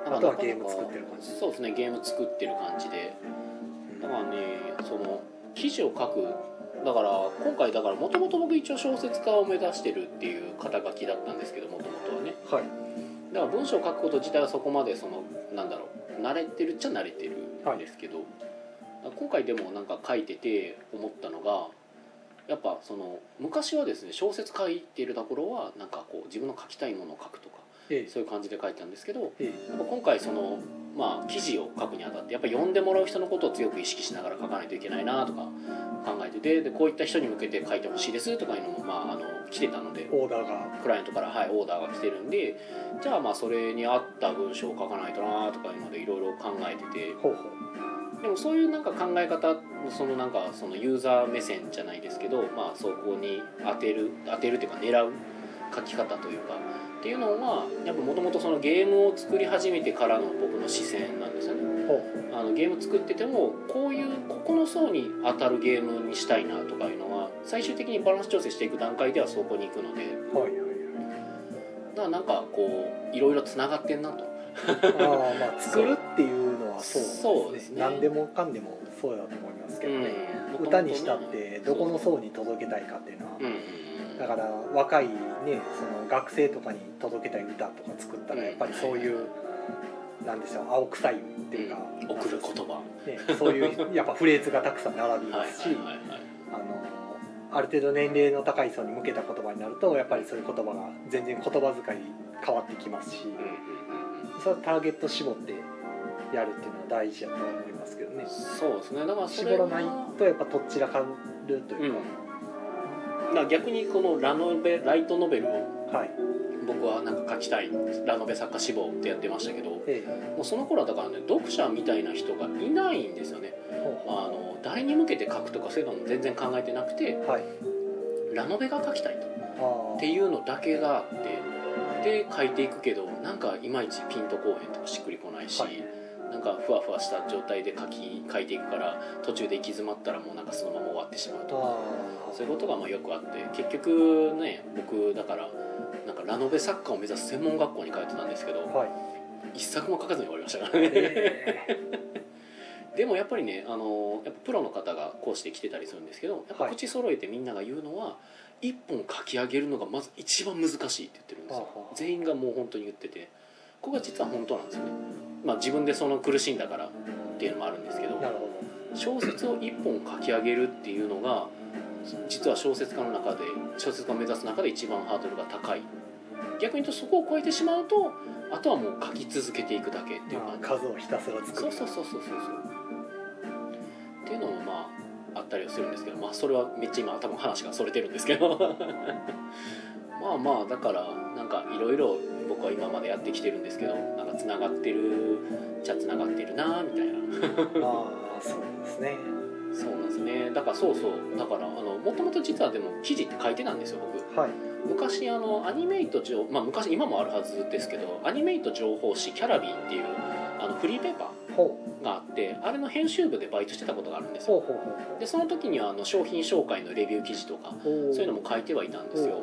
[SPEAKER 2] あとはゲーム作ってる感じ
[SPEAKER 1] そうですねゲーム作ってる感じでだからねその記事を書くだから今回だからもともと僕一応小説家を目指してるっていう肩書きだったんですけどもともとはね
[SPEAKER 2] はい
[SPEAKER 1] だから文章を書くこと自体はそこまでそのなんだろう慣れてるっちゃ慣れてるんですけど、今回でもなんか書いてて思ったのがやっぱその昔はですね小説書いてるところはなんかこう自分の書きたいものを書くとか
[SPEAKER 2] え
[SPEAKER 1] そういう感じで書いてたんですけど
[SPEAKER 2] ええ
[SPEAKER 1] やっぱ今回そのまあ記事を書くにあたってやっぱ読んでもらう人のことを強く意識しながら書かないといけないなとか考えててでこういった人に向けて書いてほしいですとかいうのもまああの来てたので
[SPEAKER 2] えオーダーが
[SPEAKER 1] クライアントから、はい、オーダーが来てるんでじゃあまあそれに合った文章を書かないとなとかいうのでいろいろ考えてて
[SPEAKER 2] ほうほ
[SPEAKER 1] でもそういうなんか考え方そのなんかそのユーザー目線じゃないですけど、まあ、そこに当てる当てるというか狙う書き方というかっていうのはやっぱもともとそのゲームを作り始めてからの僕の視線なんですよね。
[SPEAKER 2] うほ
[SPEAKER 1] あのゲーム作っててもこういうここの層に当たるゲームにしたいなとかいうのは最終的にバランス調整していく段階ではそこに行くので。
[SPEAKER 2] うはいはい
[SPEAKER 1] だからなんかこういろいろつながってんなと
[SPEAKER 2] はいああまあ作るっていうのはそうですね
[SPEAKER 1] そうですね
[SPEAKER 2] 何でもかんでもそうだと思いますけどね、
[SPEAKER 1] うん
[SPEAKER 2] 歌にしたってどこの層に届けたいかっていうのは、
[SPEAKER 1] うんうん
[SPEAKER 2] だから若いねその学生とかに届けたい歌とか作ったらやっぱりそういう、なんでしょう青臭いっていうか、
[SPEAKER 1] うん送る言葉
[SPEAKER 2] ね、そういうやっぱフレーズがたくさん並び
[SPEAKER 1] は
[SPEAKER 2] ま
[SPEAKER 1] い
[SPEAKER 2] すし、
[SPEAKER 1] はいはいはい
[SPEAKER 2] あのある程度年齢の高い層に向けた言葉になるとやっぱりそういう言葉が全然言葉遣い変わってきますし、
[SPEAKER 1] うんうんうんうん
[SPEAKER 2] それはターゲット絞ってやるっていうのは大事だと思いますけどね
[SPEAKER 1] そうですねだからそ
[SPEAKER 2] 絞
[SPEAKER 1] れ
[SPEAKER 2] ら
[SPEAKER 1] は
[SPEAKER 2] ないとやっぱとっちらかるというか、
[SPEAKER 1] だから逆にこのラノベライトノベルを
[SPEAKER 2] はい
[SPEAKER 1] 僕はなんか書きたいラノベ作家志望ってやってましたけども
[SPEAKER 2] ええ
[SPEAKER 1] うその頃はだからね読者みたいな人がいないんですよねあの誰に向けて書くとかそういうのも全然考えてなくて
[SPEAKER 2] はい
[SPEAKER 1] ラノベが書きたいと
[SPEAKER 2] あー
[SPEAKER 1] っていうのだけがあってで書いていくけどなんかいまいちピンとこうへんとかしっくりこないし、
[SPEAKER 2] はい
[SPEAKER 1] なんかふわふわした状態で書き書いていくから途中で行き詰まったらもうなんかそのまま終わってしまう
[SPEAKER 2] あ
[SPEAKER 1] と
[SPEAKER 2] ー
[SPEAKER 1] そういうことがまあよくあって結局ね僕だからなんかラノベ作家を目指す専門学校に通ってたんですけど
[SPEAKER 2] はい、
[SPEAKER 1] 一作も書かずに終わりましたからね *laughs* でもやっぱりねあのやっぱプロの方が講師で来てたりするんですけどやっぱ
[SPEAKER 2] はい
[SPEAKER 1] 口揃えてみんなが言うのは一本書き上げるのがまず一番難しいって言ってるんですよ
[SPEAKER 2] はあはあ
[SPEAKER 1] 全員がもう本当に言っててここが実は本当なんですよねまあ自分でその苦しんだからっていうのもあるんですけど
[SPEAKER 2] なるほ
[SPEAKER 1] 小説を一本書き上げるっていうのが実は小説家の中で小説家を目指す中で一番ハードルが高い逆に言うとそこを超えどそこを超えてしまうとあとはもう書き続けていくだけっていう
[SPEAKER 2] ど、
[SPEAKER 1] 感じ
[SPEAKER 2] まあ、数をひたすら作
[SPEAKER 1] そう
[SPEAKER 2] る
[SPEAKER 1] そうそうそうそうそうっていうのもまああったりはするんですけどまあそれはめっちゃ今多分話がそれてるんですけど *laughs* まあまあだからなんかいろいろ僕は今までやってきてるんですけどなんかつながってるじゃつながってるなみたいな
[SPEAKER 2] ああそうですね
[SPEAKER 1] そうなんですねだからそうそうだからあのもともと実はでも記事って書いてたんですよ僕
[SPEAKER 2] はい
[SPEAKER 1] 昔あのアニメイト情まあ昔今もあるはずですけどアニメイト情報誌キャラビーっていうあのフリーペーパー
[SPEAKER 2] ほ
[SPEAKER 1] があってあれの編集部でバイトしてたことがあるんで
[SPEAKER 2] う
[SPEAKER 1] す
[SPEAKER 2] ほう
[SPEAKER 1] よ
[SPEAKER 2] ほう
[SPEAKER 1] でその時にはあの商品紹介のレビュー記事とか
[SPEAKER 2] ほう
[SPEAKER 1] そういうのも書いてはいたんですよ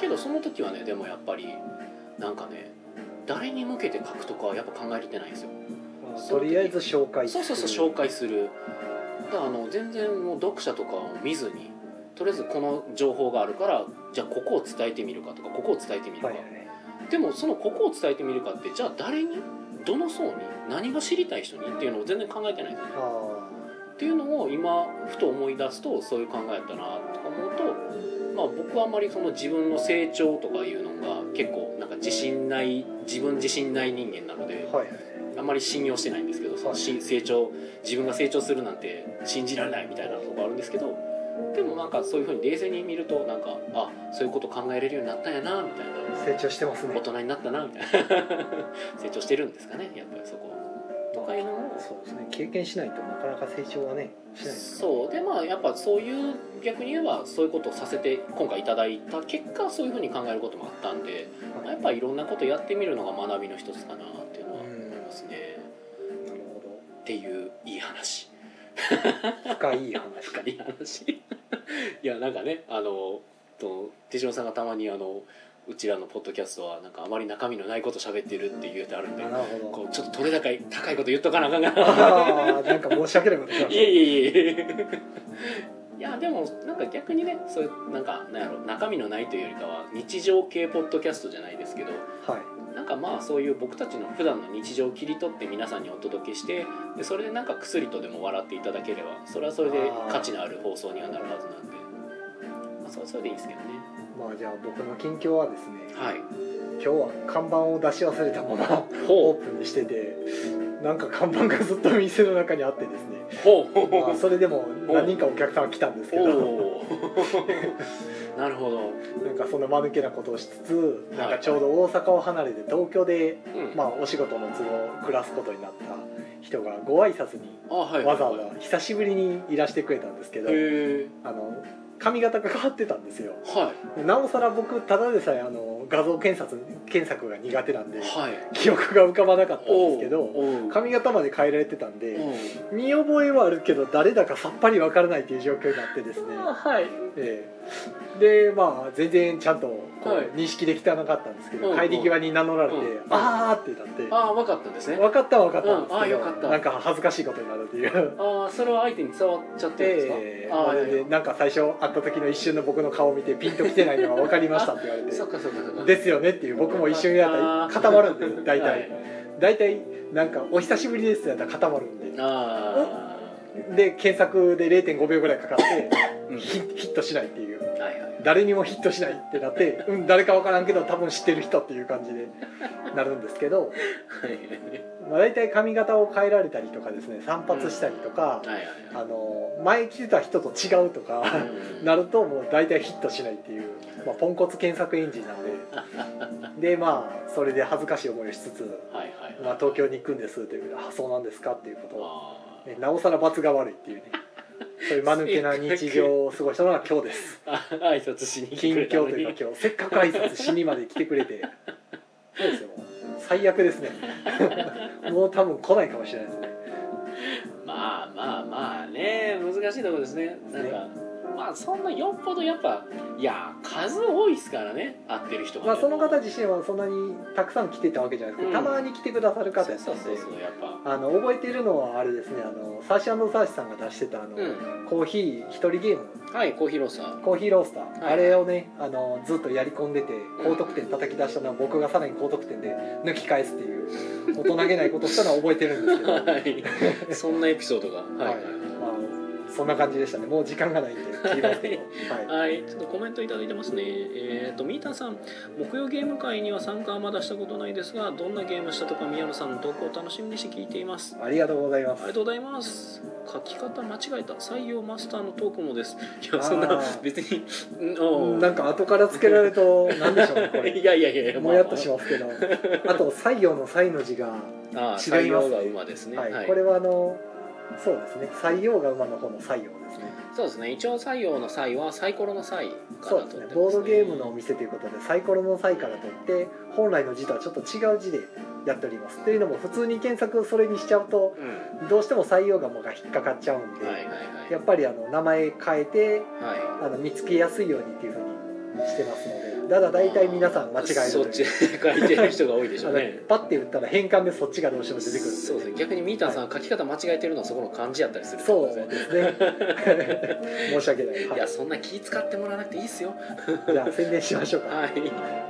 [SPEAKER 1] けどその時はねでもやっぱりなんかね誰に向けて書くとかはやっぱ考えれてないんですよ
[SPEAKER 2] まあとりあえず紹介
[SPEAKER 1] そうそうそう紹介するだからあの全然もう読者とかを見ずにとりあえずこの情報があるからじゃあここを伝えてみるかとかここを伝えてみるか、
[SPEAKER 2] はいはい
[SPEAKER 1] でもそのここを伝えてみるかってじゃあ誰にどの層に何が知りたい人にっていうのを全然考えてないんですよね
[SPEAKER 2] ああ
[SPEAKER 1] っていうのを今ふと思い出すとそういう考えだなとか思うと、まあ、僕はあんまりその自分の成長とかいうのが結構なんか自信ない自分自信ない人間なので
[SPEAKER 2] はい
[SPEAKER 1] あんまり信用してないんですけどそのし成長自分が成長するなんて信じられないみたいなとこあるんですけどでもなんかそういうふうに冷静に見るとなんかあそういうこと考えれるようになったんやなみたいな *laughs*
[SPEAKER 2] 成長してますね
[SPEAKER 1] 大人になったなみたいな *laughs* 成長してるんですかねやっぱりそこは。とかいうのを
[SPEAKER 2] そうですね経験しないとなかなか成長はねしないです
[SPEAKER 1] そうでまあやっぱそういう逆に言えばそういうことをさせて今回いただいた結果そういうふうに考えることもあったんで、まあやっぱいろんなことやってみるのが学びの一つかなっていうのは
[SPEAKER 2] う
[SPEAKER 1] 思
[SPEAKER 2] ん
[SPEAKER 1] いますね、
[SPEAKER 2] なるほ
[SPEAKER 1] っていういい話
[SPEAKER 2] ど深い話
[SPEAKER 1] 深い話いやなんかねあのと手嶋さんがたまにあのうちらのポッドキャストはなんかあまり中身のないこと喋ってるっていうてあるんで
[SPEAKER 2] なるほど
[SPEAKER 1] こうちょっと取れ高い高いこと言っとかなあかんが
[SPEAKER 2] あーなんか申し訳ないことしま
[SPEAKER 1] い
[SPEAKER 2] し
[SPEAKER 1] えいえいえいやでもなんか逆にねそういうなんかなんやろ中身のないというよりかは日常系ポッドキャストじゃないですけど
[SPEAKER 2] たはい
[SPEAKER 1] なんかまあそういう僕たちの普段の日常を切り取って皆さんにお届けしてでそれでなんか薬とでも笑っていただければそれはそれで価値のある放送にはなるはずなんでまあそれはそれでいいんですけどね
[SPEAKER 2] まあじゃあ僕の近況はですね
[SPEAKER 1] はい
[SPEAKER 2] 今日は看板を出し忘れたままオー
[SPEAKER 1] ほ
[SPEAKER 2] プンにしててなんか看板がずっと店の中にあってですね
[SPEAKER 1] うほうほう
[SPEAKER 2] まあ、それでも何人かお客さんは来たんですけど
[SPEAKER 1] おおなるほど、
[SPEAKER 2] なんかそんな間抜けなことをしつ
[SPEAKER 1] はい
[SPEAKER 2] つなんかちょうど大阪を離れて東京で、
[SPEAKER 1] うん
[SPEAKER 2] まあ、お仕事の都合暮らすことになった人がご挨拶に
[SPEAKER 1] あはい
[SPEAKER 2] わざわ
[SPEAKER 1] へ
[SPEAKER 2] ざ久しぶりにいらしてくれたんですけど
[SPEAKER 1] え
[SPEAKER 2] あの髪型が変わってたんですよ
[SPEAKER 1] は
[SPEAKER 2] なおさら僕ただでさえあの画像検索検索が苦手なんで
[SPEAKER 1] いはい
[SPEAKER 2] 記憶が浮かばなかったん
[SPEAKER 1] お
[SPEAKER 2] ですけど
[SPEAKER 1] おう
[SPEAKER 2] 髪型まで変えられてたんで
[SPEAKER 1] おう
[SPEAKER 2] 見覚えはあるけど誰だかさっぱりわからないという状況になってですね
[SPEAKER 1] あはい
[SPEAKER 2] ええでまあ全然ちゃんとこ
[SPEAKER 1] はいう
[SPEAKER 2] 認識できてなかったんですけど、
[SPEAKER 1] うん
[SPEAKER 2] 帰り際に名乗られて「
[SPEAKER 1] うん
[SPEAKER 2] あー」ってなって
[SPEAKER 1] ああ分かったんですね
[SPEAKER 2] 分かったは分かったんです
[SPEAKER 1] うんあー
[SPEAKER 2] けど
[SPEAKER 1] よ、かった
[SPEAKER 2] なんか恥ずかしいことになるという。
[SPEAKER 1] ああそれは相手に伝わっちゃってるんですか、
[SPEAKER 2] *laughs* で
[SPEAKER 1] あ
[SPEAKER 2] まあ
[SPEAKER 1] あいやいや
[SPEAKER 2] でなんか最初会った時の一瞬の僕の顔を見てピンときてないのが分かりましたって言われ
[SPEAKER 1] そってかそっかそっか
[SPEAKER 2] 「ですよね」っていう僕も一瞬やった
[SPEAKER 1] あー
[SPEAKER 2] ら固まるんで大
[SPEAKER 1] は
[SPEAKER 2] 体
[SPEAKER 1] い
[SPEAKER 2] 大体なんか「お久しぶりです」ってやったら固まるんで
[SPEAKER 1] あ
[SPEAKER 2] で検索で0.5秒ぐらいかかって
[SPEAKER 1] あ、うん、
[SPEAKER 2] ヒヒットしないっていう
[SPEAKER 1] はいはい
[SPEAKER 2] 誰にもヒットしないってなって、うん、誰か分からんけど多分知ってる人っていう感じでなるんですけど、まあ、大体髪型を変えられたりとかですね散髪したりと
[SPEAKER 1] は
[SPEAKER 2] か、
[SPEAKER 1] いはい
[SPEAKER 2] あの前着てた人と違うと
[SPEAKER 1] は
[SPEAKER 2] か
[SPEAKER 1] い、うん
[SPEAKER 2] なるともう大体ヒットしないっていう、まあ、ポンコツ検索エンジンな
[SPEAKER 1] *laughs*
[SPEAKER 2] のででまあそれで恥ずかしい思いをしつつ、
[SPEAKER 1] はいはい
[SPEAKER 2] まあ、東京に行くんですということで「あそうなんですか」っていうことを、
[SPEAKER 1] あ
[SPEAKER 2] ね、なおさら罰が悪いっていうねそういう間抜けな日常を過ごしたのが今日です。
[SPEAKER 1] ー *laughs* あ挨拶しに来て
[SPEAKER 2] 近
[SPEAKER 1] くれた
[SPEAKER 2] 況
[SPEAKER 1] の
[SPEAKER 2] と
[SPEAKER 1] に
[SPEAKER 2] いうか今日せっかく挨拶しにまで来てくれてそうですよ最悪ですね *laughs* もう多分来ないかもしれないですね
[SPEAKER 1] まあまあまあね難しいところですねなんかまあそんなよっぽどやっぱいや数多いですからね会ってる人が
[SPEAKER 2] まあその方自身はそんなにたくさん来てたわけじゃないですけど、
[SPEAKER 1] うん
[SPEAKER 2] たまに来てくださる方
[SPEAKER 1] そ
[SPEAKER 2] や
[SPEAKER 1] う
[SPEAKER 2] った
[SPEAKER 1] そうんそ
[SPEAKER 2] で
[SPEAKER 1] うそうやっぱ
[SPEAKER 2] あの覚えてるのはあれですねあのサーシサーシさんが出してたあの、
[SPEAKER 1] う
[SPEAKER 2] コーヒー一人ゲーム
[SPEAKER 1] んはいコーヒーローさん
[SPEAKER 2] コーヒーロースター、
[SPEAKER 1] はい
[SPEAKER 2] あれをねあのずっとやり込んでて高得点叩き出したのは僕がさらに高得点で抜き返すっていう大人げないことしたのは覚えてるんですけ
[SPEAKER 1] *laughs*
[SPEAKER 2] ど
[SPEAKER 1] はいそんなエピソードがは
[SPEAKER 2] は、
[SPEAKER 1] いい
[SPEAKER 2] まあ、そんな感じでしたね。もう時間がないんで切りますけど。はい。
[SPEAKER 1] はい、ちょっとコメントいただいてますね。えっ、と、ミーターさん、木曜ゲーム会には参加はまだしたことないですが、どんなゲームしたとか、宮野さんの投稿を楽しみにして聞いています。
[SPEAKER 2] ありがとうございま
[SPEAKER 1] あ
[SPEAKER 2] す
[SPEAKER 1] りが。とうございます。書き方間違えた、採用マスターのトークもです。いや、
[SPEAKER 2] あー
[SPEAKER 1] そんな、別に、うんおう
[SPEAKER 2] なんか後からつけられるとなんでしょうねこ
[SPEAKER 1] *laughs* い
[SPEAKER 2] れ。
[SPEAKER 1] やいやいやいや、
[SPEAKER 2] もやっとしますけど。あと採用の採の字が、
[SPEAKER 1] まあ、あー
[SPEAKER 2] 違
[SPEAKER 1] 採
[SPEAKER 2] います
[SPEAKER 1] 用が馬ですね。
[SPEAKER 2] はい、
[SPEAKER 1] はい
[SPEAKER 2] これはあのそうですね。採用が馬の方の採用ですね。
[SPEAKER 1] そうですね、一応採用の際は、サイコロの際か
[SPEAKER 2] そ
[SPEAKER 1] ら
[SPEAKER 2] うです
[SPEAKER 1] 取
[SPEAKER 2] ね
[SPEAKER 1] ってます、ね。。
[SPEAKER 2] ボードゲームのお店ということでサイコロの採から取って本来の字とはちょっと違う字でやっております。というのも普通に検索それにしちゃうと
[SPEAKER 1] うん。は
[SPEAKER 2] どうしても採用が馬が引っかかっちゃうん
[SPEAKER 1] い
[SPEAKER 2] で、
[SPEAKER 1] はいはい。
[SPEAKER 2] やっぱりあの名前変えて
[SPEAKER 1] はい
[SPEAKER 2] あの見つけやすいようにっていうふうにしてますのでただ大体皆さん間違える
[SPEAKER 1] そっ
[SPEAKER 2] とい
[SPEAKER 1] ち
[SPEAKER 2] う
[SPEAKER 1] 書いてる人が多いでしょうね。
[SPEAKER 2] あのパッて打ったら変換でそっちがどうして *laughs* も出てくるんで
[SPEAKER 1] そうですね逆にミータンさん、書き方間違えてるのはそこの漢字やったりするって
[SPEAKER 2] そ
[SPEAKER 1] こ
[SPEAKER 2] う
[SPEAKER 1] と
[SPEAKER 2] で
[SPEAKER 1] ですね
[SPEAKER 2] す
[SPEAKER 1] *laughs*
[SPEAKER 2] ね申し訳ない,、はい
[SPEAKER 1] や
[SPEAKER 2] い、
[SPEAKER 1] そんな気使ってもらわなくていいっすよ
[SPEAKER 2] じゃあ宣伝しましょうか、
[SPEAKER 1] はい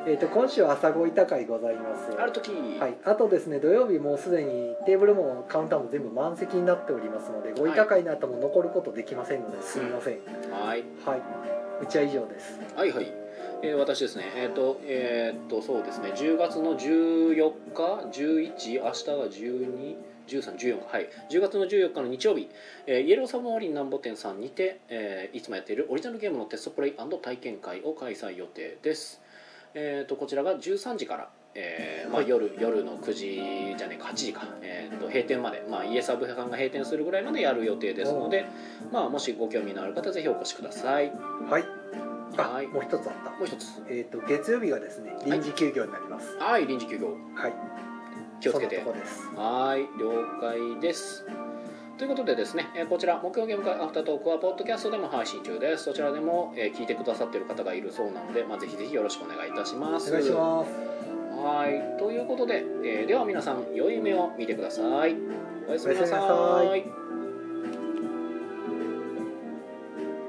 [SPEAKER 2] えー、と今週は朝ごいた会ございます
[SPEAKER 1] ある時
[SPEAKER 2] は、
[SPEAKER 1] はい
[SPEAKER 2] あとですね土曜日もうすでにテーブルもカウンターも全部満席になっておりますのでごいた会の後も残ることできませんのですみません、
[SPEAKER 1] はい
[SPEAKER 2] はいうちは以上です
[SPEAKER 1] はいはいえー私ですねえっ、とえっ、とそうですね10月の14日11明日が12 1314はい、10月の14日の日曜日、えーイエローサブマリン南保店さんにて、えーいつもやっているオリジナルゲームのテストプレイ体験会を開催予定です、えー、とこちらが13時から、えーまあ、夜夜の9時じゃねえか8時か、えー、と閉店まで、まあ、イエサブさんが閉店するぐらいまでやる予定ですので、まあ、もしご興味のある方ぜひお越しください
[SPEAKER 2] はいあ、
[SPEAKER 1] はい
[SPEAKER 2] もう一つあった
[SPEAKER 1] もう一つ
[SPEAKER 2] えー、と月曜日がですね臨時休業になります
[SPEAKER 1] はい臨時休業
[SPEAKER 2] はい、
[SPEAKER 1] 気をつけて
[SPEAKER 2] そんなとこです
[SPEAKER 1] はい了解ですということでですね、えーこちら、木曜ゲーム会アフタートークは、ポッドキャストでも配信中です。そちらでも、えー聞いてくださっている方がいるそうなので、まあ、ぜひぜひよろしくお願いいたします。
[SPEAKER 2] お願いします
[SPEAKER 1] はいということで、えーでは皆さん良い夢を見てくださいおやすみなさ
[SPEAKER 2] おやすみなさ
[SPEAKER 1] い